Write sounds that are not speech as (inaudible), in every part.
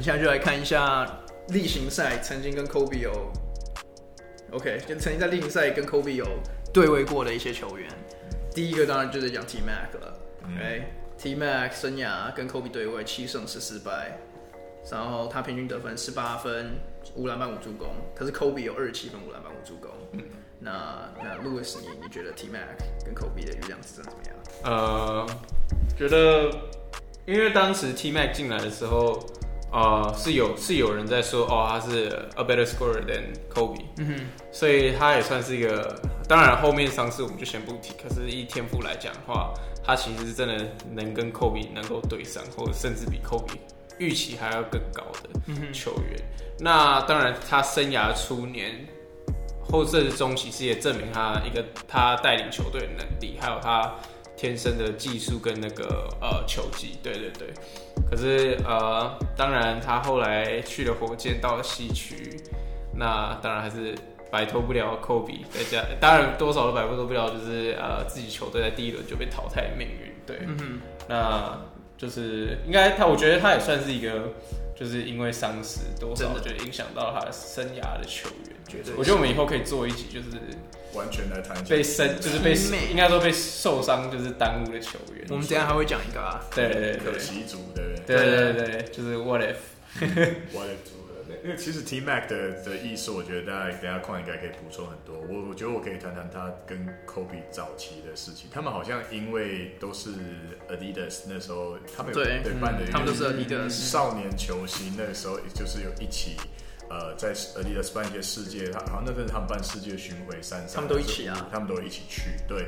现在就来看一下例行赛曾经跟 Kobe 有，OK，就曾经在例行赛跟 Kobe 有对位过的一些球员。第一个当然就是讲 T Mac 了、嗯 r t Mac 生涯跟 Kobe 对位七胜十四败，然后他平均得分十八分，五篮板五助攻，可是 Kobe 有二十七分五篮板五助攻。那那 Louis，你你觉得 T Mac 跟 Kobe 的力量之争怎么样？呃，觉得因为当时 T Mac 进来的时候，呃，是有是有人在说哦，他是 a better scorer than Kobe，嗯哼，所以他也算是一个。当然后面伤势我们就先不提，可是以天赋来讲的话，他其实是真的能跟 Kobe 能够对上，或者甚至比 Kobe 预期还要更高的。嗯哼，球员。那当然，他生涯初年后甚至中期，是也证明他一个他带领球队的能力，还有他天生的技术跟那个呃球技。对对对。可是呃，当然他后来去了火箭，到了西区，那当然还是。摆脱不了科比，再加当然多少都摆脱不了，就是呃自己球队在第一轮就被淘汰的命运。对，嗯哼，那就是应该他，我觉得他也算是一个，就是因为伤势多少真就影响到他生涯的球员。绝对我觉得我们以后可以做一集，就是完全来谈一下被生，就是被体美应该说被受伤就是耽误的球员。我们等一下还会讲一个啊。对对对可惜组对不对？嗯对啊对对对，就是 what if？我也组了。因为其实 T Mac 的的意思，我觉得大家等一下矿应该可以补充很多。我我觉得我可以谈谈他跟 Kobe 早期的事情。他们好像因为都是 Adidas 那时候，他们有对嗯对办的一个他们都是 Adidas 少年球星，那个时候就是有一起。呃，在 Adidas 办一些世界，他好像那阵子他们办世界巡回三三，他们都一起啊他们都一起去，对，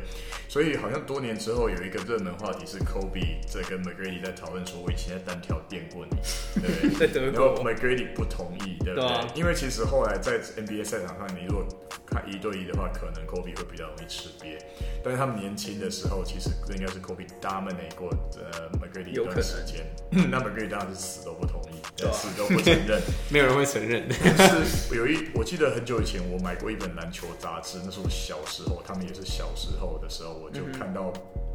所以好像多年之后有一个热门话题是 Kobe 在跟 McGrady 在讨论说，我以前在单挑电过你，对不对，在德然后 McGrady 不同意，对不对？对啊因为其实后来在 NBA 赛场上，你如果看一对一的话，可能 Kobe 会比较容易吃瘪。但是他们年轻的时候，其实这应该是 Kobe dominate 过呃 McGrady 一有可段能时间。 (laughs) 那 McGrady 当然是死都不同意，对啊死都不承认。没有人会承认的。是有一， (laughs) 我记得很久以前我买过一本篮球杂志，那是我小时候，他们也是小时候的时候，我就看到。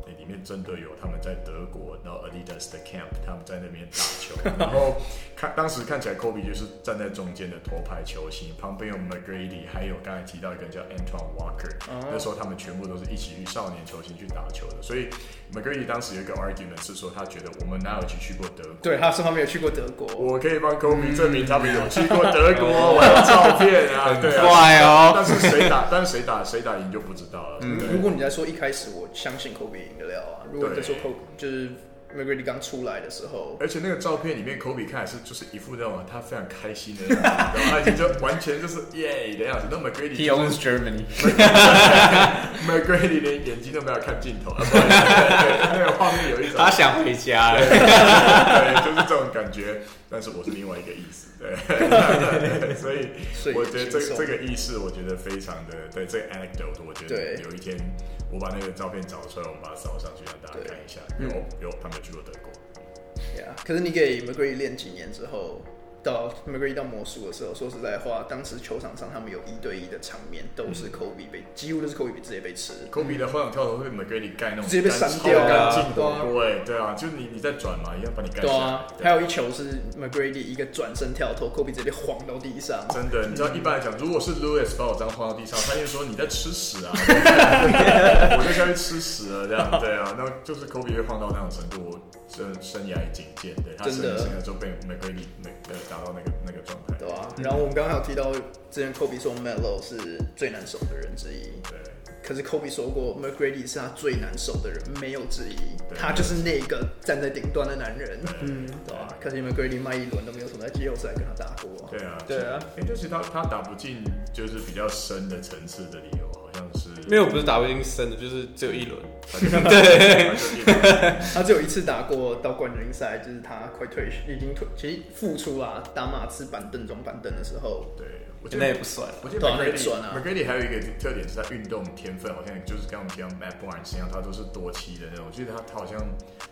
诶里面真的有他们在德国，然后 Adidas 的 camp，他们在那边打球，然后看当时看起来 Kobe 就是站在中间的头牌球星，旁边有 McGrady，还有刚才提到一个人叫 Antoine Walker，、那哦时候他们全部都是一起去少年球星去打球的，所以 McGrady 当时有一个 argument 是说，他觉得我们哪有一起去过德国？对，他说他没有去过德国。我可以帮 Kobe 证明他们有去过德国，我有照片啊，对啊。怪哦，嗯但是谁打， (laughs) 但是谁打谁打赢就不知道了。如对 (laughs) 如果你在说一开始，我相信 Kobe 赢得了啊。如果你在说 Kobe 就是 McGrady 刚出来的时候，而且那个照片里面，Kobe 看来是就是一副那种他非常开心的样子，然后他已经就完全就是耶的样子。那 McGrady ，He owns Germany。 McGrady 连眼睛都没有看镜头，啊 (laughs) 不好意思对对那个画面有一种 (laughs) 他想回家了。对，就是这种感觉。但是我是另外一个意思， (laughs) 对，所以所以我觉得这轻松这个意识，我觉得非常的对。这个 anecdote，我觉得对有一天我把那个照片找出来，我们把它扫上去让大家看一下。嗯有有，他们有去过德国。 Yeah，可是你给 McGrady 练几年之后，到 McGrady 到魔术的时候，说实在话，当时球场上他们有一对一的场面，都是 Kobe 被，几乎都是 Kobe 直接被吃。科比的后仰跳投会 McGrady 盖那种直接被干删掉超啊干净火锅，哎，对啊，就是你你在转嘛，一样把你盖对下来啊。，对还有一球是 McGrady 一个转身跳投，Kobe 直接晃到地上。 (laughs) 真的，你知道一般来讲，如果是 Louis 把我这样晃到地上，他就说你在吃 (laughs) 屎啊，我就下去吃屎了这样，对啊，那就是 Kobe 会晃到那种程度，我生生涯也警戒，对他生真的生涯之后被 McGrady 那呃达到那个那个状态，对啊，然后我们刚刚还有提到，之前 Kobe 说 Melo 是最难守的人之一，对，可是 Kobe 说过，McGrady 是他最难守的人，没有之一，对他就是那个站在顶端的男人，嗯，对吧、可是 McGrady 卖一轮都没有什么在季后赛跟他打过，对啊，对啊，哎，就是他他打不进就是比较深的层次的理由，好像是没有，不是打不进深的，就是只有一轮。他 (laughs) 就是，对，他就是一直他只有一次打过到冠军赛，就是他快退休，已经退，其实复出啦，打马刺板凳中板凳的时候，对，我觉那得也不算。我觉得对啊那也 McGrady 算啊 McGrady 还有一个特点是他运动天分好像就是跟我们像 Matt Barnes 一样，他都是多期的那种。我记得他他好像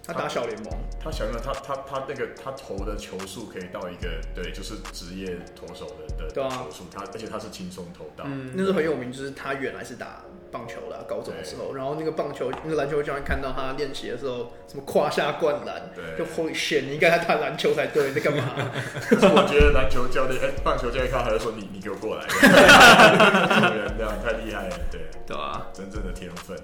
他打小联盟，他小朋友他他他那个他投的球数可以到一个对，就是职业投手的的对啊嗯球数，他而且他是轻松投到。那时候很有名，就是他原来是打棒球啦，高中的时候，然后那个棒球那个篮球教练看到他练习的时候，什么胯下灌篮，对就 Holy shit，你应该在打篮球才对，你在干嘛？可是我觉得篮球教练、哎棒球教练看到他就说：“你你给我过来！” (laughs) 这样太厉害了， (laughs) 对，对啊，真正的天分。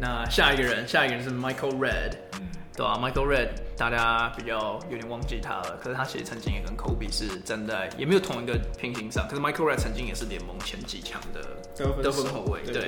那下一个人，下一个人是 Michael Red，嗯，对啊，Michael Red，大家比较有点忘记他了。可是他其实曾经也跟 Kobe 是站在也没有同一个平行上，可是 Michael Red 曾经也是联盟前几强的得分得分手后卫，对对，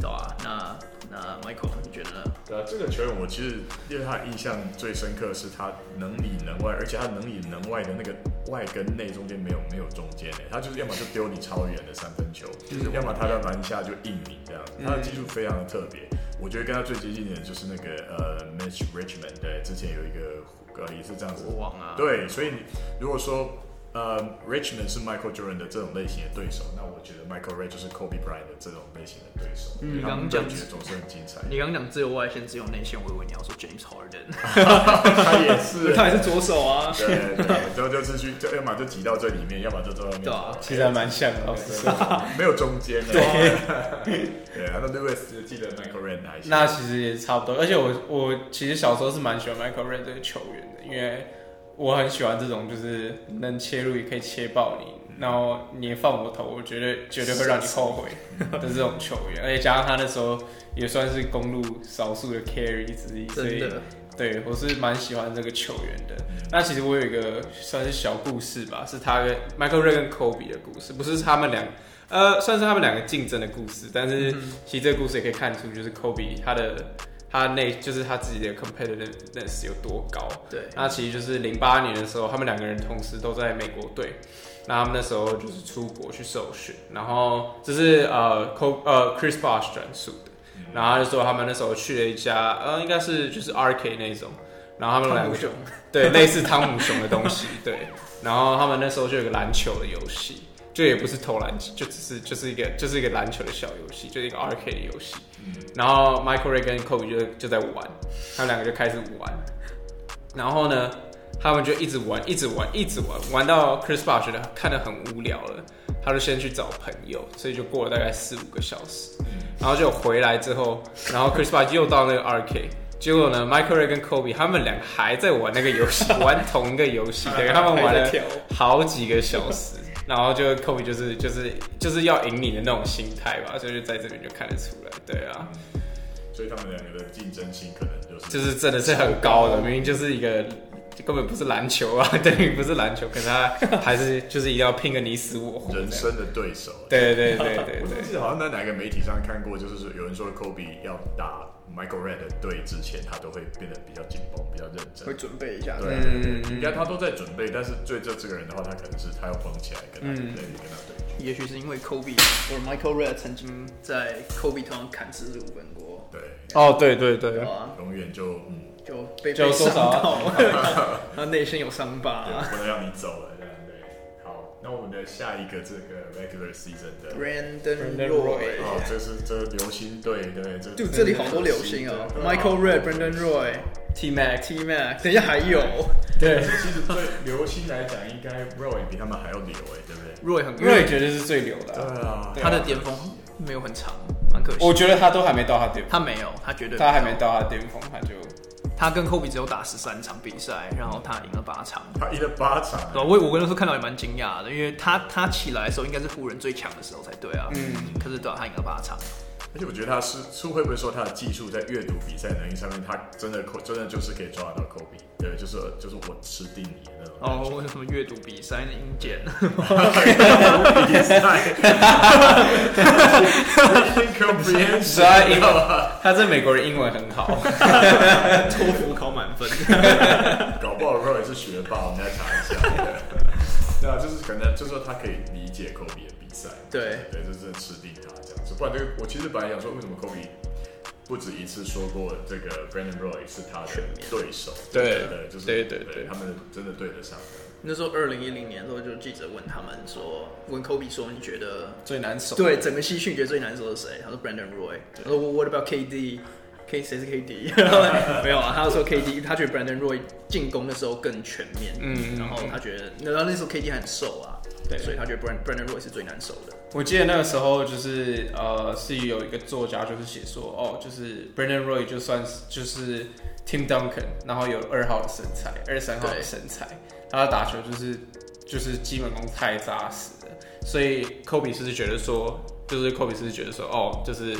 对啊。那那 Michael 你觉得呢？对啊，这个球员我其实对他的印象最深刻是他能里能外，而且他能里能外的那个外跟内中间没有没有中间诶，他就是要么就丢你超远的三分球，就是要么他在篮下就硬你这样嗯子。他的技术非常的特别，我觉得跟他最接近的就是那个呃 Mitch Richmond，对，之前有一个呃也是这样子国王啊，对，所以你如果说呃，Richmond 是 Michael Jordan 的这种类型的对手，那我觉得 Michael Ray 就是 Kobe Bryant 的这种类型的对手。嗯刚他们刚对讲决总是很精彩。你刚讲只有外线，只有内线，我以为你要说 James Harden，他也是， (laughs) 他也是左手 (laughs) 啊。对对对，然后就是去，就要么就挤到最里面，要么就在外面。对啊其实还蛮像的，老实说。 (laughs) 没有中间的。对，对，然后 Lewis 记得 Michael Ray 还行。那其实也差不多，而且我我其实小时候是蛮喜欢 Michael Red 这个球员的，因为我很喜欢这种就是能切入也可以切爆你，然后你也放我头，我觉得绝对会让你后 (laughs) 悔的这种球员，而且加上他那时候也算是公路少数的 carry 之一，所真以的，对，我是蛮喜欢这个球员的。那其实我有一个算是小故事吧，是他跟 Michael Ray 跟 Kobe 的故事，不是他们两，呃，算是他们两个竞争的故事。但是其实这个故事也可以看出，就是 Kobe 他的他内就是他自己的 competitiveness 有多高。对，那其实就是零八年的时候，他们两个人同时都在美国队。那他们那时候就是出国去受训，然后这是呃 Co 呃 Chris Bosh 转述的，然后他就说他们那时候去了一家呃应该是就是 RK 那种，然后他们两汤个姆就熊，对，类似汤姆熊的东西，对。然后他们那时候就有个篮球的游戏，就也不是投篮机，就只是就是一个就是一个篮球的小游戏，就是一个 arcade 的游戏。然后 Michael Ray 跟 Kobe 就就在玩，他们两个就开始玩。然后呢，他们就一直玩，一直玩，一直玩，玩到 Chris Bosh 觉得看得很无聊了，他就先去找朋友，所以就过了大概四五个小时。然后就回来之后，然后 Chris Bosh 又到那个 RK。结果呢，Michael Ray 跟 Kobe 他们俩还在玩那个游戏，玩同一个游戏，等于他们玩了好几个小时，然后就 Kobe 就是就是就是要赢你的那种心态吧，所以就在这边就看得出来，对啊，所以他们两个的竞争性可能就是就是真的是很高的，明明就是一个根本不是篮球啊， (laughs) 等于不是篮球，可是他还是就是一定要拼个你死我活，人生的对手。对对对对我对记得好像在哪个媒体上看过，就是说有人说 Kobe 要打 Michael Red 的队之前，他都会变得比较紧绷，比较认真会。准备一下。对，嗯对对嗯应该他都在准备，但是对这这个人的话，他可能是他要绷起来跟他嗯对跟他对。也许是因为 Kobe 或者 Michael Red 曾经在 Kobe 头上砍四十五分过，对，哦对对对对吧？永远就嗯，啊就被就被说伤啥到，他内心有伤疤对，不能让你走了这样对。好，那我们的下一个这个 regular season 的 Brandon Brandon Roy Roy，哦，这是这是流星队对，这就这里好多流星哦，Michael Red、Brandon Roy、 ，T Mac， T Mac，等一下还有对其实对流星来讲，应该 Roy 比他们还要流哎，对不对？ Roy 很，Ray 绝对是最流的啊，对啊，他的巅峰没有很长，蛮可惜。我觉得他都还没到他巅峰，他没有，他绝对他还没，到他巅峰，他就他跟 Kobe 只有打十三场比赛，然后他赢了八场。他赢了八场，欸对啊，我我那时候看到也蛮惊讶的，因为他他起来的时候应该是湖人最强的时候才对啊。嗯，可是对啊，他赢了八场。而且我觉得他是是会不会说他的技术在阅读比赛能力上面，他真的真的就是可以抓得到 Kobe，对，就是就是我吃定你的那种感哦，为什么阅读比赛那英检？觉。比赛 Reading 所以他英 comprehension，他这美国人英文很好， (laughs) 托福考满分。搞不好 Roy 是学霸，我们来查一下。对对啊，就是可能就是说他可以理解 Kobe 的比赛，对对，就是真的吃定他这样子。不然这个我其实本来想说，为什么 Kobe 不止一次说过这个 Brandon Roy 是他的对手，对对，就是对对对他们真的对得上的。那时候二零一零年的时候，就记者问他们说，问 Kobe 说，你觉得最难守，对整个西区你觉得最难受的是谁？他说 Brandon Roy。他说 What about KD？K 谁是 (laughs) KD？然后呢没有啊，他说 KD，他觉得 Brandon Roy 进攻的时候更全面，嗯嗯然后他觉得，然后那时候 KD 很瘦啊，对所以他觉得 Brand Brandon Roy 是最难守的。我记得那个时候就是呃，是有一个作家就是写说，哦，就是 Brandon Roy 就算是就是 Tim Duncan，然后有二号的身材，二三号的对身材，他的打球就是就是基本功太扎实了，所以 Kobe 是觉得说，就是 Kobe 是觉得说，哦，就是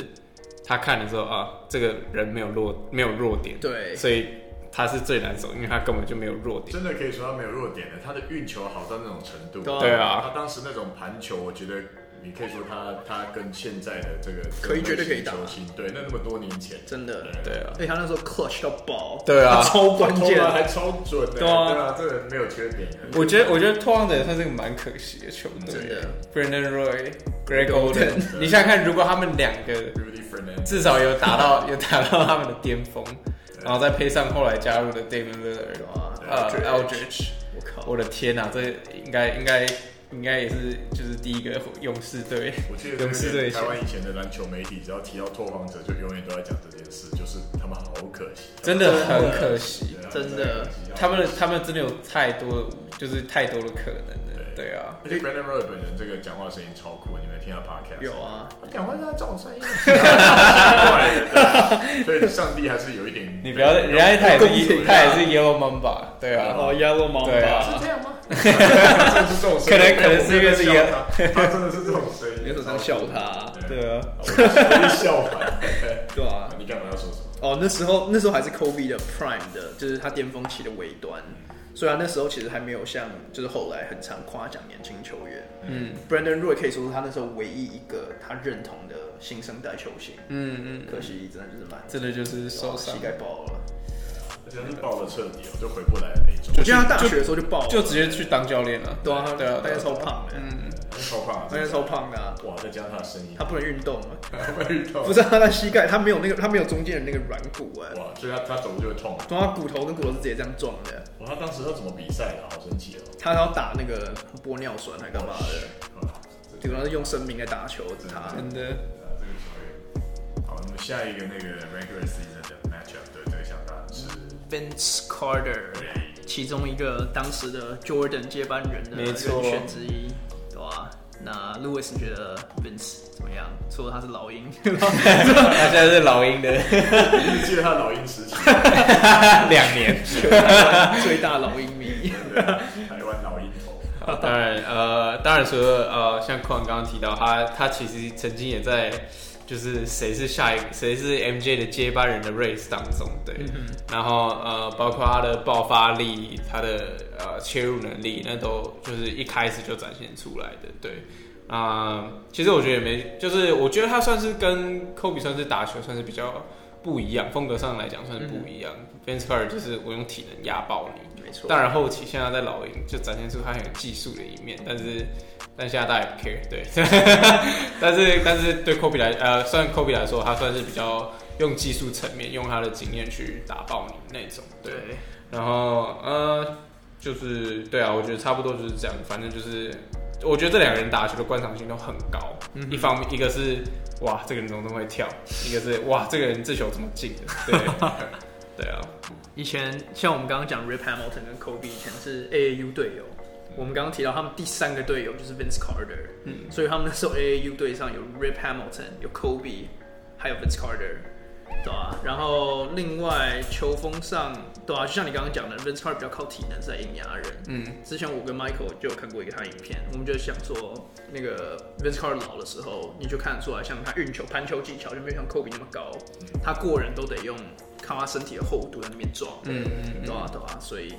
他看的时候啊，这个人没有弱没有弱点，对，所以他是最难守，因为他根本就没有弱点。真的可以说他没有弱点的，他的运球好到那种程度。对啊对啊他当时那种盘球，我觉得你可以说他他跟现在的这个可以绝对可以打球星，对，那那么多年前，真的。对啊，所以他那时候 clutch 到爆，对啊他 (laughs) 超关键 (laughs) 投篮 (laughs) 还超准的，对啊对啊，这个人没有缺点的。我觉得，我觉得拓荒者也算是个蛮可惜的球队。真的 Brandon Roy、Greg Golden Golden，你想想看，如果他们两个 Rudy Fernandez，至少有达到 (laughs) 有达到他们的巅峰，然后再配上后来加入的 David Lillard，哇呃 Aldridge ，Aldridge，啊我靠，我的天哪、这应该应该应该也是就是第一个勇 (laughs) 士队，我记勇士得队台湾以前的篮球媒体，只要提到拓荒者，就永远都在讲这件事，就是他们好可惜，真的很可惜。对啊真的，他们的他们真的有太多的就是太多的可能了，对对啊，而且 Brandon Roy 本人这个讲话声音超酷，你们有听他 podcast 有啊，他讲话像这种声音，对啊所以上帝还是有一点，你不要，人家他也啊是他也是 Yellow Mamba，对啊，哦，Yellow 对啊 Mamba，是这样吗？真的是这种声音，可能可能是因为是一个我没有笑他，他真的是这种声音，你为什么这样笑他啊？对，对啊，我一笑他，对啊，你干嘛要说什么？哦，那时候那时候还是 Kobe 的 prime 的，就是他巅峰期的尾端。虽然那时候其实还没有像就是后来很常夸奖年轻球员嗯，Brandon Roy 可以说是他那时候唯一一个他认同的新生代球星。嗯嗯，可惜真的就是蛮真的就是受伤膝，盖爆了。而且他是爆的彻底哦，就回不来的那种我，记得他大学的时候就爆了，就直接去当教练了。对啊，对啊，那对个啊，超胖的，嗯，超胖啊，那个超胖的啊，哇，再加上他的声音他，不能运动啊，他会遇到不是啊他的膝盖，他没有那个他没有中间的那个软骨哎，哇，所以他他走路就会痛。然后他骨头跟骨头是直接这样撞的，哇，他当时他怎么比赛的？好神奇哦！他要打那个玻尿酸还干嘛的。哇这对，他是用生命在打球，是他。真的，啊这个球员。好，那么下一个那个 regular season 的 matchup 对对象当然是 Vince Carter，其中一个当时的 Jordan 接班人的没人错选之一，对吧、那 Lewis 你觉得 Vince 怎么样？说他是老鹰， (laughs) 他现在是老鹰的你记得他老鹰时期，两 (laughs) 年。最大老鹰迷。对台湾老鹰头，当然，呃，当然除了呃，像库恩刚刚提到他，他其实曾经也在就是谁是下一谁是 MJ 的接班人的 race 当中，对。然后呃，包括他的爆发力、他的呃切入能力，那都就是一开始就展现出来的，对。啊、其实我觉得也没，就是我觉得他算是跟科比算是打球算是比较不一样，风格上来讲算是不一样。Vince Carter 就是我用体能压爆你，没错，当然后期现在在老鹰就展现出他很有技术的一面，但是但现在大家也不 care，对， (laughs) 但是但是对 Kobe 来呃，虽然 Kobe 来说，他算是比较用技术层面，用他的经验去打爆你那种，对，对，然后呃，就是对啊，我觉得差不多就是这样，反正就是我觉得这两个人打球的观赏性都很高，一方面一个是哇这个人怎么那么会跳，一个是哇这个人这球怎么进的，对，对啊，以前像我们刚刚讲 Rip Hamilton 跟 Kobe 以前是 AAU 队友，我们刚刚提到他们第三个队友就是 Vince Carter，嗯，所以他们那时候 AAU 队上有 Rip Hamilton，有 Kobe，还有 Vince Carter，对吧、然后另外球风上，对吧、就像你刚刚讲的，Vince Carter 比较靠体能在赢牙人。嗯。之前我跟 Michael 就有看过一个他的影片，我们就想说，那个 Vince Carter 老的时候，你就看得出来，像他运球、盘球技巧就没有像 Kobe 那么高，他过人都得用靠他身体的厚度在那边撞。嗯嗯对啊对啊，所以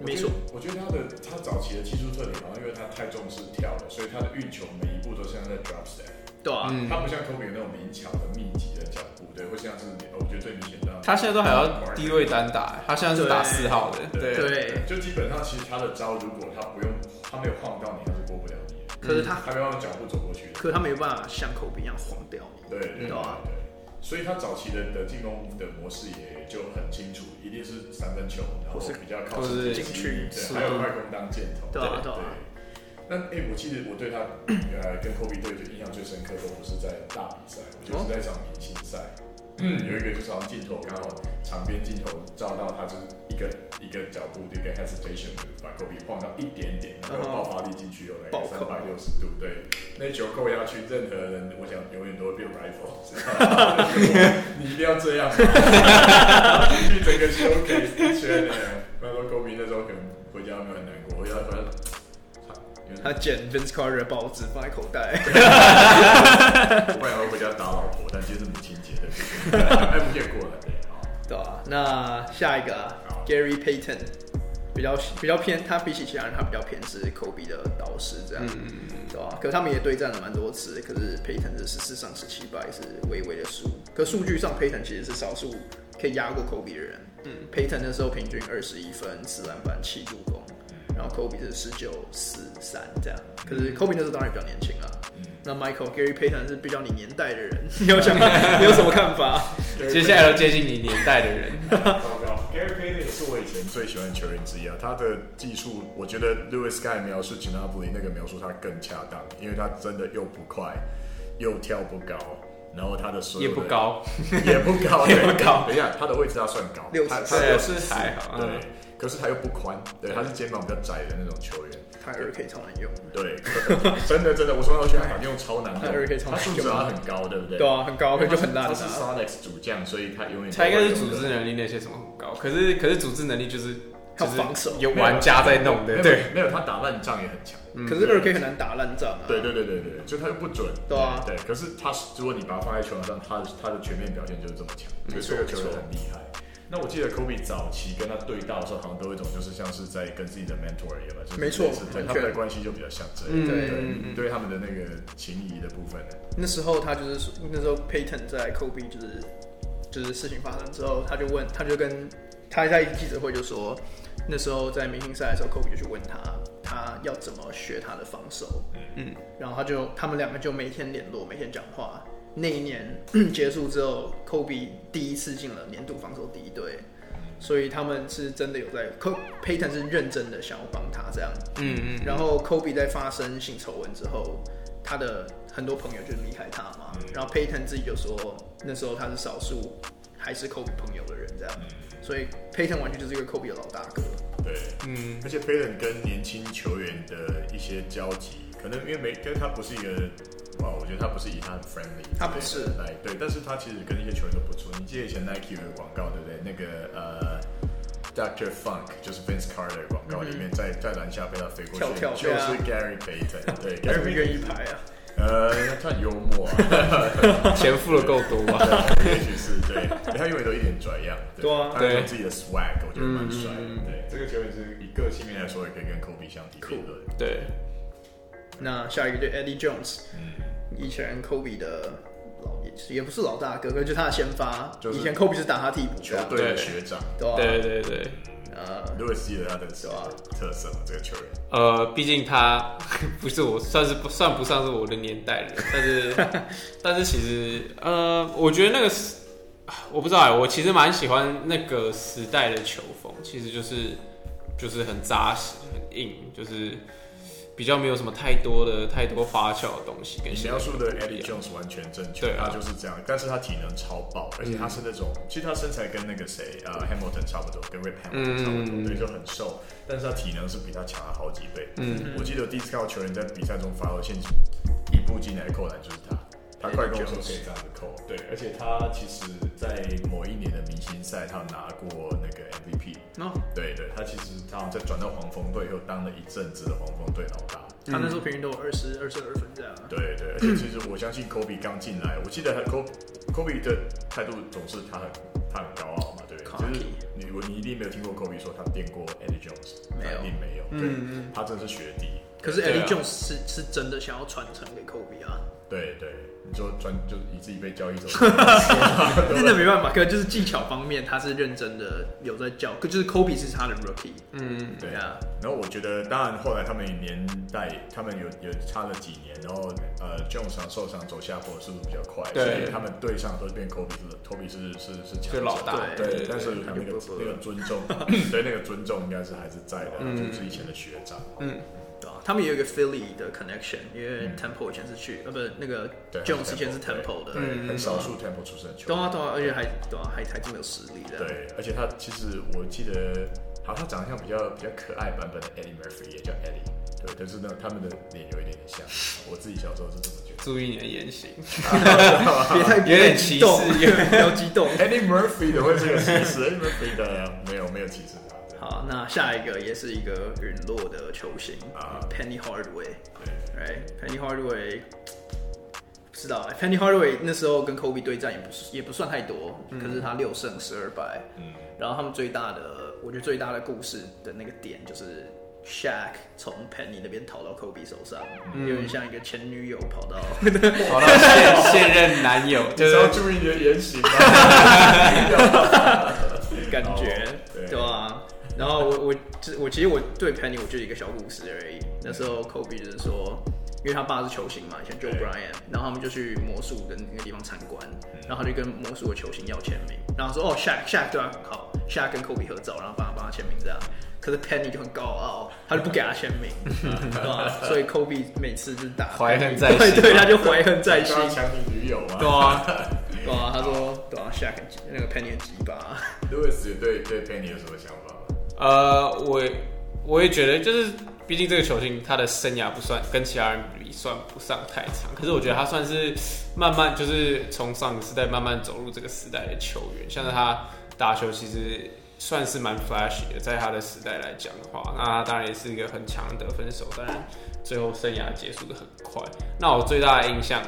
没错，我觉得他的他早期的技术特点，好像因为他太重视跳了，所以他的运球每一步都像在 drop step，、对啊，嗯他不像 Kobe 有那种灵巧的密集的脚步，对，或像是哦我觉得最明显的，他现在都还要低位单打，他现在是打四号的，对，对。就基本上其实他的招，如果他不用他没有晃到你，他是过不了你的，可是他，他没有用脚步走过去的。可是他没有办法像口鼻一样晃掉你。对对对对啊对，所以他早期的的进攻的模式也就很清楚，一定是三分球，然后或是比较靠或是近禁区对，速还有度快攻当箭头，对啊对啊那哎、我记得我对他呃跟科比对决印象最深刻的，我不是在大比赛，我就是在一场明星赛，嗯，有一个就是好像镜头刚好场边镜头照到他，就是一个一个脚步的一个 hesitation，把科比晃到一点点，然后嗯哼爆发力进去有那暴个三扣百六十度，对，那球扣下去，任何人我想永远都会变 rifle，知道吗 (laughs) 你一定要这样吗， (laughs) 去整个球给一圈的，不然说科比那时候可能回家没有很难过，回家回家。因为他捡 Vince Carter 的报纸放在口袋，我本来要回家打老婆，但今天是母亲节的，对不对哎，母亲节过了，对，好。对吧、那下一个啊好，Gary Payton，比较比较偏，他比起其他人，他比较偏是 Kobe 的导师这样，对吧、可他们也对战了蛮多次，可是 Payton 是十四上十七败，是微微的输。可数据上，Payton 其实是少数可以压过 Kobe 的人。嗯，Payton 那时候平均二十一分、四篮板、七助攻，然后 Kobe 是十九、四三这样。可是 Kobe 那时候当然比较年轻啊。那 Michael Gary Payton 是比较你年代的人， (laughs) 你有想，你有什么看法？接下来都接近你年代的人，糟糕，Gary Payton 也是我以前最喜欢的球员之一啊。他的技术，我觉得 Louis Sky 描述 g i n a b l i 那个描述他更恰当，因为他真的又不快，又跳不高，然后他的所有也的不，高，也不高，也对不高等一下，他的位置他算高，六他他对对，有是还好。对嗯，可是他又不宽，对，他是肩膀比较窄的那种球员。他二 K 超难用。对， (laughs) 真的真的，我从小到现在好像用超难他用， 2K 超他难数用值他很高，对不对？对啊，很高，可就很烂他啊是。Sonics 主将，所以他永远他应该是组织能力那些什么很高，可是可是组织能力就是还就有是防守有玩家在弄没的，有对，，没有他打烂仗也很强。可是二 K 很难打烂仗啊。对对对对对，就他又不准，对啊对。可是他如果你把他放在球场上，他的他的全面表现就是这么强，所以这个球员很厉害。那我记得 Kobe 早期跟他对到的时候，好像都有一种就是像是在跟自己的 mentor 一样吧，就是没错类似对完全他们的关系就比较像这样，嗯对嗯对，对他们的那个情谊的部分呢，那时候他就是那时候 Payton 在 Kobe 就是就是事情发生之后，他就问，他就跟他在记者会就说，那时候在明星赛的时候，Kobe 就去问他，他要怎么学他的防守。嗯，然后他就他们两个就每天联络，每天讲话。那一年嗯结束之后，Kobe 第一次进了年度防守第一队。所以他们是真的有在，Ko-，Payton 是认真的想要帮他这样，嗯嗯，然后 Kobe 在发生性丑闻之后，他的很多朋友就离开他嘛。然后 Payton 自己就说，那时候他是少数还是 Kobe 朋友的人这样，所以 Payton 完全就是一个 Kobe 的老大哥。对。嗯，而且 p a y t o n 跟年轻球员的一些交集，可能因为没，因为他不是一个，哇，我觉得他不是以他很 friendly，他不是来对，但是他其实跟一些球员都不错。你记得以前 Nike 有个广告对不对？那个呃，Dr. Funk 就是 Vince Carter 的广告里面，在在篮下被他飞过去，嗯跳跳就飞啊是 Gary Payton，对 (laughs) 他怎，Gary 么 p a 愿意拍啊？呃，他很幽默 (laughs) 啊，嗯钱付的够多 (laughs) 吧？也许是对，他永远都一脸拽样，对啊嗯他有自己的 swag，我觉得蛮帅的。对，这个球员是以个性面来说，也可以跟 Kobe 相提并论。对，那下一个就 Eddie Jones，以前 Kobe 的老也不是老大哥，可是就他的先发，就是以前 Kobe 是打他替补这球样，队的学长，对吧、对对对，呃，如果记得他的什么特色吗？这个球员，呃，毕竟他 (laughs) 不是我，算是不算不上是我的年代人，但 (laughs) 是但是其实呃，我觉得那个时我不知道哎、我其实蛮喜欢那个时代的球风，其实就是就是很扎实、很硬，就是比较没有什么太多的太多花俏的东西跟你现描在述的 Eddie 一样 Jones 完全正确，对啊他就是这样，但是他体能超爆，而且他是那种，其实他身材跟那个谁呃 Hamilton 差不多，跟 Rip Hamilton 差不多，嗯对，就很瘦，但是他体能是比他强了好几倍。嗯，我记得我第一次看到球员在比赛中发挥现场，一步进来扣篮就是他。他快攻手可以这样子扣，对，而且他其实，在某一年的明星赛，他有拿过那个 MVP，然后对对，他其实他好像在转到黄蜂队以后，当了一阵子的黄蜂队老大。他那时候平均都有二十二十二分这样啊。(clears throat) 对对，而且其实我相信 Kobe 刚进来，我记得他 Kobe Kobe 的态度总是他很他很高傲嘛，对，就是 Cocky 你我你一定没有听过 Kobe 说他电过 Eddie Jones，没有嗯他一定没有，对，他真的是学弟。可是对 Eddie 啊 Jones 是是真的想要传承给 Kobe 啊，对对，你说专就是你自己被交 (laughs) 易走，真的没办法，可能就是技巧方面他是认真的有在教，可就是 Kobe 是他的 rookie，嗯，对对啊，然后我觉得，当然后来他们年代，他们有有差了几年，然后呃，Jones 上受伤走下坡速度比较快，所对以他们对上都是变 Kobe 是 Kobe 是是是强就者老大对，对对但是对他们那个就不嗯 (coughs) 那个尊重，对那个尊重应该是还是在的，就是以前的学长，对啊，他们也有一个 Philly 的 connection，因为 Temple 以前是去，呃，不，那个对 Jones 以前是 Temple， Temple 的，嗯对，很嗯少数 Temple 出身的球懂员啊，懂啊，而且还懂啊，还还这么有实力的，，对，而且他其实我记得，好像长得像比较比较可爱版本的 Eddie Murphy，也叫 Eddie，对，但是呢，他们的脸有一点点像。我自己小时候是这么觉得。注意你的言行， (laughs) 别太有点激歧动，视有 (laughs) 不要激动。 Eddie Murphy 的 (laughs) 会是个歧视，Eddie Murphy 的没有没有歧视他。对好，那下一个也是一个陨落的球星啊，Penny Hardaway。对， Right，Penny Hardaway，不知道哎、Penny Hardaway 那时候跟 Kobe 对战也不是也不算太多，可是他六胜十二败。嗯，然后他们最大的，我觉得最大的故事的那个点就是 Shaq 从 Penny 那边逃到 Kobe 手上，有点像一个前女友跑到跑到现现任男友，就你是要是注意你的言 (laughs) 行啊。感觉，哦对对吧、啊然后我我这我其实我对 Penny 我就一个小故事而已。那时嗯候 Kobe 就是说，因为他爸是球星嘛，以前 Joe 对 Bryant，然后他们就去魔术的那个地方参观，嗯然后他就跟魔术的球星要签名，然后说哦 Shaq Shaq 对啊，好 Shaq 跟 Kobe 合照，然后帮他帮他签名这样。可是 Penny 就很高傲，他就不给他签 (laughs) 名，对吧？所以 Kobe 每次就是打怀恨 Penny，在心啊对对，他就怀恨在心 (laughs) 刚，刚抢你女友吗？对啊，对啊，他说对啊，Shaq 很鸡那个 Penny 很鸡巴， ，Louis 对对 Penny 有什么想法吗？呃，我也我也觉得，就是毕竟这个球星他的生涯不算跟其他人比算不上太长，可是我觉得他算是慢慢就是从上个时代慢慢走入这个时代的球员，像是他打球其实算是蛮 flashy 的，在他的时代来讲的话，那他当然也是一个很强的得分手，当然最后生涯结束的很快。那我最大的印象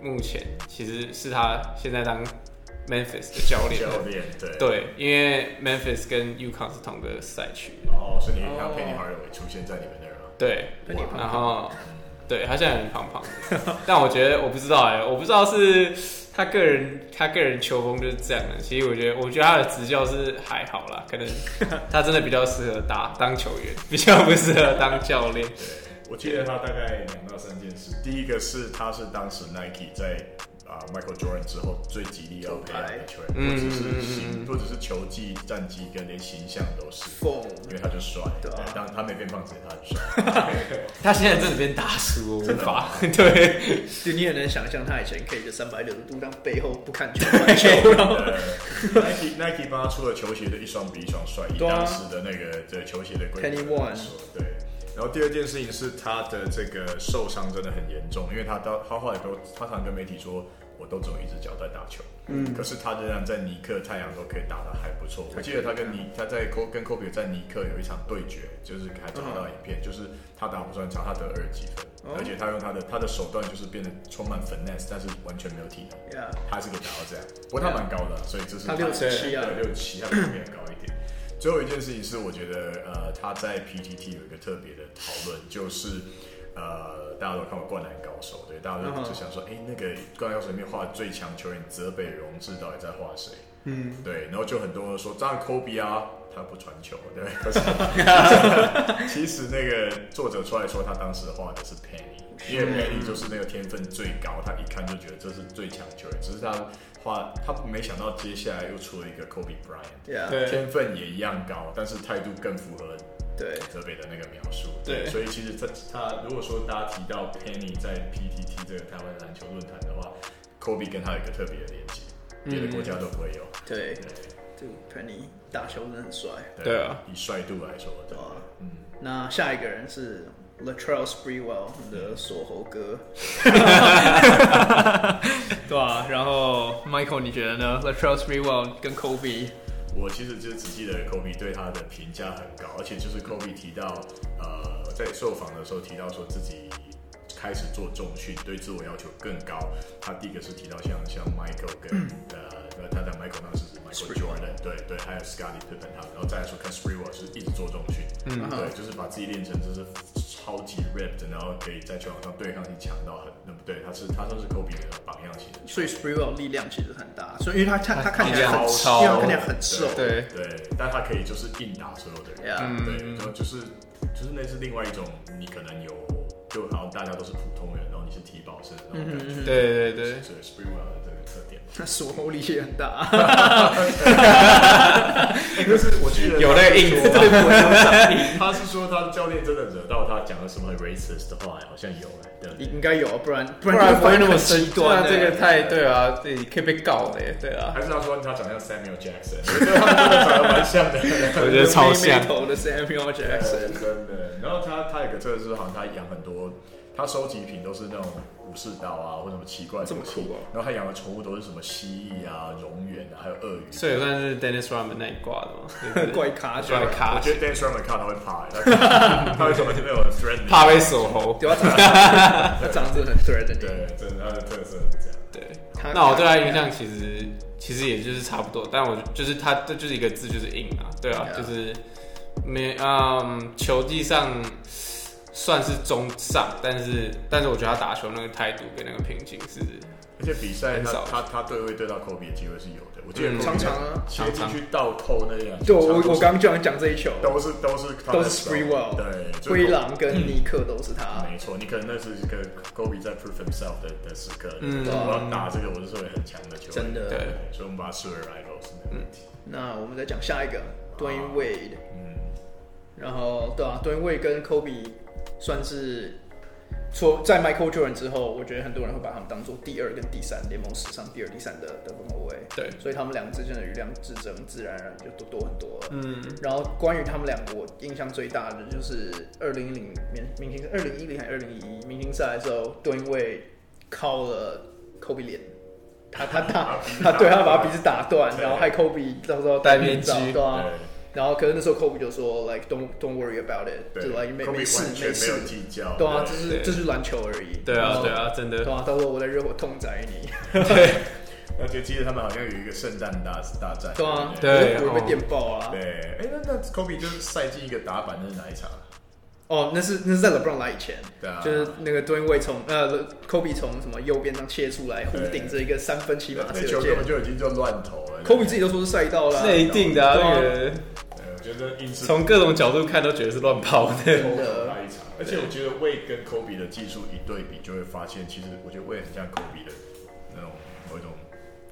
目前其实是他现在当 Memphis 的教练的教练对。对，因为 Memphis 跟 UConn 是同个赛区的，哦，所以你看到 Penny Hardaway 出现在你们那儿吗？对， Penny 胖胖然后对他现在很胖胖的，但我觉得我不知道哎、我不知道是他个人他个人球风就是这样的。其实我觉得我觉得他的执教是还好啦，可能他真的比较适合打当球员，比较不适合当教练。我记得他大概两到三件事。第一个是，他是当时 Nike 在啊、Michael Jordan 之后最极力要培养的球员，不只是形，不只是球技、战绩，跟连形象都是。疯。因为他就帅，对啊哎当他没变胖之前他很帅，他现在真的变大叔，我无法 (laughs) 对。就你也能想象他以前可以就三百六十度，但背后不看球 (laughs) 看球， (laughs) 然后对 Nike Nike 帮他出的球鞋的一双比一双帅，以对啊当时的那个对球鞋的规 Penny 格来说，对。然后第二件事情是他的这个受伤真的很严重，因为他到他后来都他常跟媒体说，我都只有一只脚在打球，嗯，可是他仍然在尼克、太阳都可以打得还不错。我记得他跟尼他在科跟科比在尼克有一场对决，就是还找嗯到影片，就是他打不算差，他得二十几分，哦而且他用他的他的手段就是变得充满 finesse，但是完全没有体能。呀，他是可以达到这样，不过他蛮高的，所以这是他67啊对六七，他比别人高一 (clears throat) 点。最后一件事情是，我觉得呃，他在 PTT 有一个特别的讨论，就是呃，大家都看过《灌篮高手》，对，大家嗯哼都就想说，哎、那个《灌篮高手》里面画最强球员泽北荣治到底在画谁？嗯，对，然后就很多人说，当然 Kobe 啊，他不传球，对，可是其实那个作者出来说，他当时画的是 Penny，因为 Penny 就是那个天分最高，他一看就觉得这是最强球员。只是他画，他没想到接下来又出了一个 Kobe Bryant，呀，对 (laughs) 天分也一样高，但是态度更符合对，泽北的那个描述。对所以其实他他如果说大家提到 Penny 在 PTT 这个台湾篮球论坛的话，Kobe 跟他有一个特别的连接，别嗯的国家都不会有。对，对这个 Penny 大球真的很帅，对啊，以帅度来说，对对吧？嗯。那下一个人是 Latrell Sprewell，我们的锁喉哥，对啊，然后 Michael，你觉得呢？Latrell Sprewell 跟 Kobe 我其实就是只记得 Kobe 对他的评价很高，而且就是 Kobe 提到，呃，在受访的时候提到说自己开始做重训，对自我要求更高。他第一个是提到像像 Michael 跟、呃，他在 Michael 当时是 Michael Jordan，对对，还有 Scottie Pippen 他们，然后再来说看 Sprewell 是一直做重训，嗯，对，就是把自己练成就是超级 ripped，然后可以在球场上对抗性强到很，那不对，他是他算是 Kobe 的榜样型的所以 Sprewell 力量其实很大，所以因为他他他看起力来量很超因为他看起来很瘦，对，对，但他可以就是硬打所有的人 Yeah 嗯对，然后就是就是那是另外一种，你可能有就好像大家都是普通人，然后你是体保生那种嗯感觉，对对对，所以 (laughs) Sprewell 的这个特点。那锁喉力也很大。哎，就是我记得有那个印子，他是说国球场地。 (laughs) 他是说他的教练真的惹到他讲了什么很 racist 的话，好像有哎，对不对？应该有，不然不不然不会那么极极端。这这个个太对啊，这可以被告的耶，对啊。还是他说他长得像 Samuel Jackson，我觉得他们真的长得蛮像的。我觉得超像妹妹头的 Samuel 是 Jackson，真的。然后他他有个特质，好像他养很多，他收集品都是那种武士刀啊，或什么奇怪的这么东西酷哦然后他养的宠物都是什么蜥蜴啊、蝾螈啊，还有鳄鱼。所以算是 Dennis Rodman 那一挂的嘛，对不对怪咖 (laughs) 怪咖啊我觉得 Dan s h e r m a n 看他会怕，他他会怎么那种 threatening？怕被锁喉。对他长得他长得真的很 threatening， (laughs) 对，真的他的特色是这样。对，他那我对他印象其实其实也就是差不多，但我就是他这就是一个字就是硬啊，对啊 Yeah 就是没嗯，球技上算是中上，但是但是我觉得他打球那个态度跟那个瓶颈是而且比赛很他少他他队会对到科比的机会是有的，我记得嗯 Kobe 常常啊切进去倒扣那样。对我常我刚就想讲这一球，都是都是他的都是手 free will 对，就是灰嗯狼跟尼克都是他，没错，你可能那是一个 Kobe 在 prove himself 的的时刻，嗯就是我要打这个，我是作为很强的球员，真的对对，所以我们把它视为 rivals 没问题。那我们再讲下一个 Dwayne Wade，嗯，然后对啊，Dwayne Wade 跟 Kobe 算是。说在 Michael Jordan 之后，我觉得很多人会把他们当做第二跟第三联盟史上第二、第三的得分后卫，对，所以他们两个之间的余量之争，自然而然就多多很多了。嗯然后关于他们两个，我印象最大的就是二零一零明明星二零一零还二零一一明星赛的时候，段位靠了科比脸，他他打他对他把他鼻子打断，然后害科比到时候戴面具罩对啊。对然后可是那时候科比就说 like don't don't worry about it，就 like 对，没 Kobe 啊没事完全没没事有，计较，对啊，这对是对这是篮球而已。对然啊后对啊，真对的啊，到时候我在热火痛宰你， (laughs) 而且记得他们好像有一个圣诞大大战，对啊，对对我会被哦电爆啊不。对，对哎，那那 Kobe 就是赛季一个打板，那是哪一场啊？哦，那是那是在 LeBron 来以前，对啊就是那个蹲位从呃科比从什么右边上切出来，互对顶着一个三分起码那射球根箭本。就已经就乱投了。科比自己，己都说是赛道啦，是一定的啊，对啊那个对我觉得硬是从各种角度看都觉得是乱跑的。真投的那一场，而且我觉得魏跟 Kobe 的技术一对比，就会发现，其实我觉得魏很像 Kobe 的那种某一种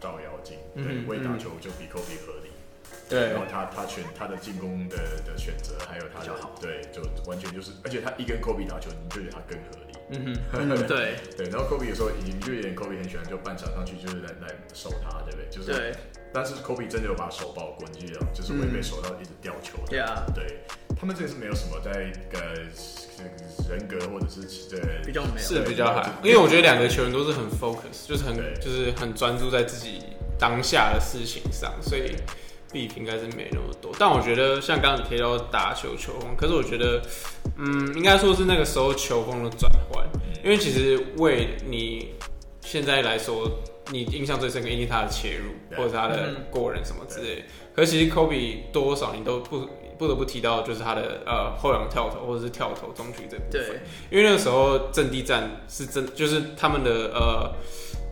照妖镜。对，嗯魏嗯打球就比 Kobe 合理。对然后他他选他的进攻的的选择，还有他比的较好对，就完全就是，而且他一跟 Kobe 打球，你就觉得他更合理。嗯嗯对对，然后 Kobe 有时候你你就有点 Kobe 很喜欢就半场上去就是来来守他，对不对？就是对但是 Kobe 真的有把手抱过，你记得吗就是会嗯被手到一直掉球的。呀，对他们这是没有什么在呃人格或者是呃这比较没有是比较还，因为我觉得两个球员都是很 focus，就是很对就是很专注在自己当下的事情上，所以 beef 应该是没那么多。但我觉得像刚刚你提到打球球风，可是我觉得，嗯，应该说是那个时候球风的转换，嗯因为其实为你现在来说，你印象最深刻一定是他的切入对或者他的嗯过人什么之类的。可是其实 Kobe 多少你都不不得不提到，就是他的呃后仰跳投或者是跳投中距这部分。对因为那个时候阵地战是真，就是他们的呃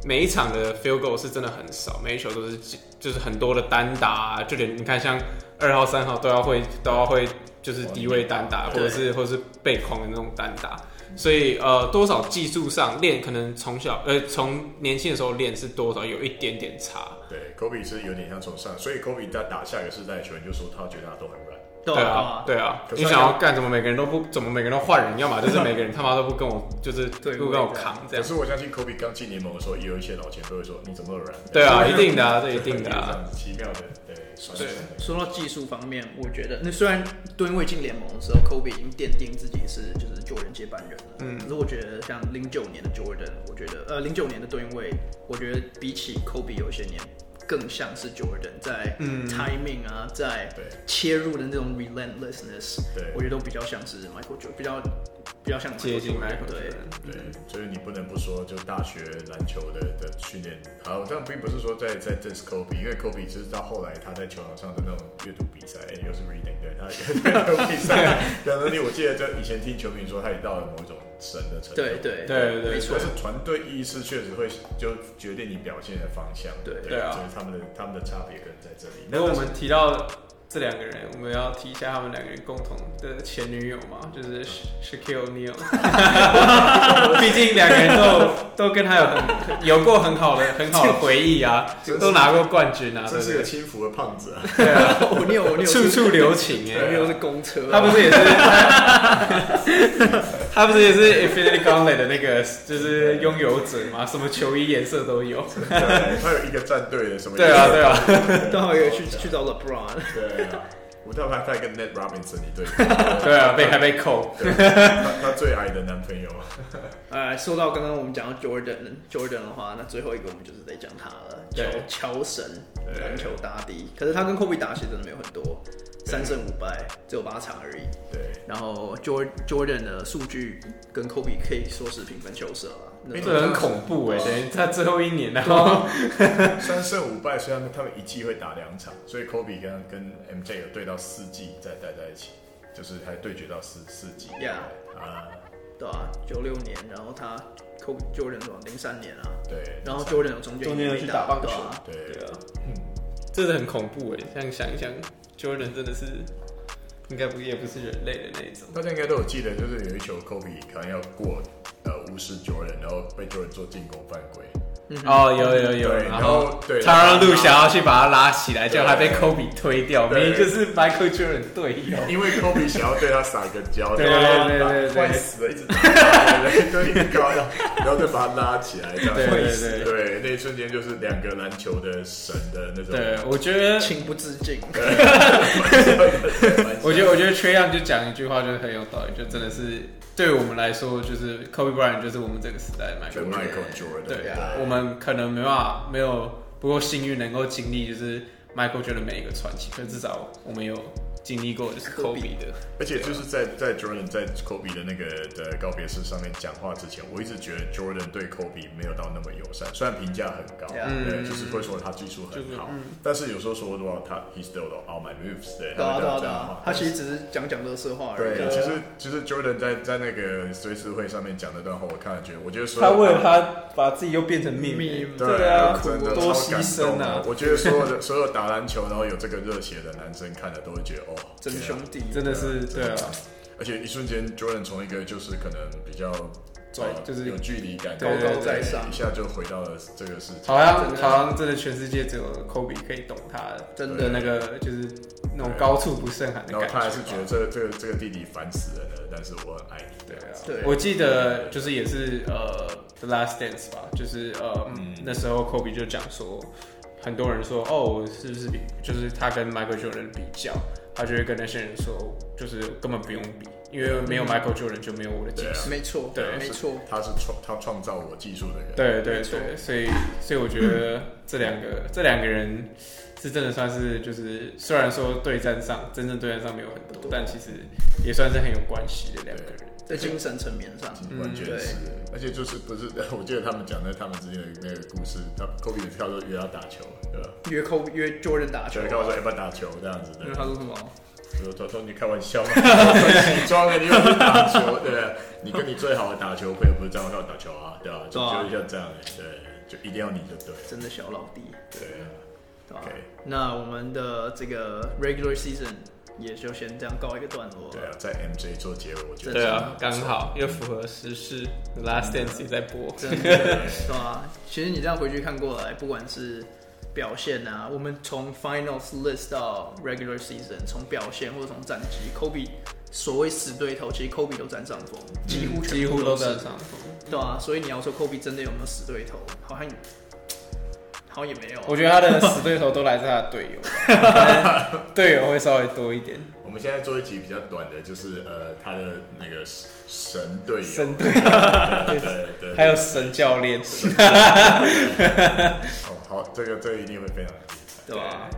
每一场的 field goal 是真的很少，每一球都是几就是很多的单打、啊，就连你看像二号、三号都要会都要会就是低位单打，或对者是或者是背框的那种单打，所以呃多少技术上练可能从小呃从年轻的时候练是多少有一点点差，对 Kobe 是有点像从上，所以 Kobe 他打下一个世代球员就说他觉得他都很软。对对啊啊，，对啊，可是你他想要干怎么每个人都不怎么每个人都换人，要么就是每个人他妈都不跟我就是对不跟我扛这可样，是我相信 Kobe 刚进联盟的时候，也有一些老前辈会说你怎么那么软？对啊，一定的啊，这一定的这啊。样子奇妙的对酸对酸的说到技术方面，我觉得那虽然蹲位进联盟的时候，科比已经奠定自己是就是救人接班人了，嗯，可是我觉得像零九年的 Jordan，我觉得呃零九年的蹲位，我觉得比起科比有些年更像是 Jordan 在嗯 timing 啊，在对切入的那种 relentlessness，对我觉得都比较像是 Michael Jordan，比较比较像 Michael 接近 Jordan， Michael 对 Jordan 对，所以你不能不说，就大学篮球的的训练，好，但并不是说在在 diss Kobe，因为 Kobe 就是到后来他在球场上的那种阅读比赛，哎又是 reading，对他 (laughs) 阅读比赛，然后你我记得就以前听球迷说，他也到了某种神的程度，对对对对没错但是，团队意识确实会就决定你表现的方向，对对啊所以他们的他们的差别可能在这里。如果我们提到这两个人，我们要提一下他们两个人共同的前女友嘛，就是 Shaquille O'Neal。毕 (laughs) 竟两个人都都跟他有很有过很好的很好的回忆啊，都拿过冠军啊，对真不是个对？轻浮的胖子 (laughs) 啊！对啊， (laughs) 我你有我你有处处留情哎、我你有是公车，啊他不是也 (laughs) 是，他他不是也是 Infinity Gauntlet 的那个就是拥有者嘛，什么球衣颜色都有。对，他有一个战队的什么？对啊， (laughs) 对啊，刚好有去去找 LeBron， (laughs) 对啊，我倒怕他跟 Ned Robinson 一对比，对啊，被还被扣。对他他最矮的男朋友啊，呃，说到刚刚我们讲到 Jordan Jordan 的话，那最后一个我们就是得讲他了，乔对乔神对篮球大帝。可是他跟 Kobe 打其实真的没有很多，三胜五败，只有八场而已。对。然后 Jor- Jordan 的数据跟 Kobe 可以说是平分秋色了。那没这很恐怖哎、等于他最后一年，然对后啊三胜五败，虽然他们一季会打两场，所以 Kobe 跟跟 MJ 有对到四季再待在一起，就是还对决到四四季。 Yeah 啊，对啊，九六年，然后他 Kobe Jordan 什么零三年啊，对。然后 Jordan 有中间中间一有年去没打棒球对啊对对啊，真的很恐怖哎、像想一想，Jordan 真的是应该不也不是人类的那种。大家应该都有记得，就是有一球 Kobe 可能要过呃无视 Jordan，然后被 Jordan 做进攻犯规，哦，有有有，对然然后后对 t a r a l u 想要去把他拉起来，结果还被对 Kobe 推掉，明对明就是 Michael Jordan 队友。因为 Kobe 想要对他撒个娇，对然后对对打对对坏死了，一直打，对对对就一直高，然后然后再把他拉起来，这样对对对坏死了对，那一瞬间就是两个篮球的神的那种，对，我觉得，情不自禁。我觉得，我觉得缺样就讲一句话，就是很有道理，就真的是对我们来说，就是 Kobe Bryant 就是我们这个时代的就 Michael Jordan。 Michael Jordan，对啊我们可能没办法，没有不够幸运能够经历就是 Michael Jordan 每一个传奇，可是至少我们有经历过就是 Kobe Kobe 的。而且就是在在 Jordan 在 Kobe 的那个的告别式上面讲话之前，我一直觉得 Jordan 对 Kobe 没有到那么友善，虽然评价很高， Yeah 对，就是会说他技术很好，但是有时候说的话，他 he still all my moves，对，对啊他会对啊这样对讲啊话，他其实只是讲讲乐色话而已。啊对，啊其实其实 Jordan 在在那个追思会上面讲那段话，我看了觉得，我觉得说他为了他把自己又变成秘密， Meme，对啊，真的多超牺感动牲的啊，我觉得所有的所有打篮球然后有这个热血的男生看了都会觉得哦，真天啊兄弟，真的是对啊，而且一瞬间，Jordan 从一个就是可能比较拽呃就是有距离感，高对对高在对上一下就回到了这个世界。好像真的好像真的全世界只有 Kobe 可以懂他真的的那个就是那种对高处不胜寒的然后感他还是觉觉得。这个这个这个弟弟烦死人了，但是我很爱你。对啊，对我记得就是也是呃《The Last Dance》吧，就是呃、嗯那时候 Kobe 就讲说，很多人说哦，我是不是比就是他跟 Michael Jordan 比较，他就会跟那些人说，就是根本不用比，因为没嗯有 Michael Jordan 就没有我的技对啊术。没错，对没错。他是创他创造我技术的人。对对没错对，所以所以我觉得这两个、这两个人是真的算是就是虽然说对战上真正对战上没有很多，但其实也算是很有关系的两个人。在精神层面上，嗯完全是，而且就是不是？ (laughs) 我记得他们讲的他们之间的那个故事，他 Kobe 跳说约他打球，对吧？约 Kobe 约 Jordan 打球就，跟我说要不要打球这样子的因嗯为，他说什么？我说说你开玩笑吗？ (laughs) 你装的，你又不是打球，对啊，你跟你最好的打球朋友不是张伟要打球啊，对吧、就对啊就像这样的，对，就一定要你就对了，真的小老弟，对啊。对吧 OK 那我们的这个 regular season 也就先这样告一个段落对了。啊，在 MJ 做结尾，我觉得对啊，刚好又符合时事，《Last Dance》也在播。真的，对吧？其实你这样回去看过来，不管是表现啊，我们从 finals list 到 regular season，从表现或者从战绩，Kobe 所谓死对头，其实 Kobe 都占上风，几乎全嗯几部乎都是在上风。对啊，所以你要说 Kobe 真的有没有死对头，好像好像也没有啊。我觉得他的死对头都来自他的队友吧，可 (laughs) 能队友会稍微多一点。我们现在做一集比较短的，就是呃，他的那个神队友，神队对对对，还有神教练，哦，好，这个这个一定会非常精彩。对啊，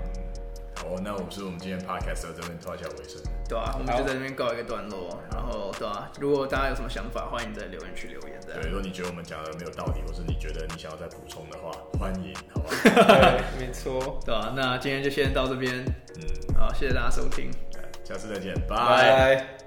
好，那我们是不是我们今天 podcast 到这边抓一下尾声。对啊，我们就在这边告一个段落。然后对啊，如果大家有什么想法，欢迎在留言区留言。这对，样如果你觉得我们讲的没有道理，或是你觉得你想要再补充的话，欢迎，好吧？ (laughs) 对，没错。对啊，那今天就先到这边嗯，啊，谢谢大家收听。下次再见，拜。拜。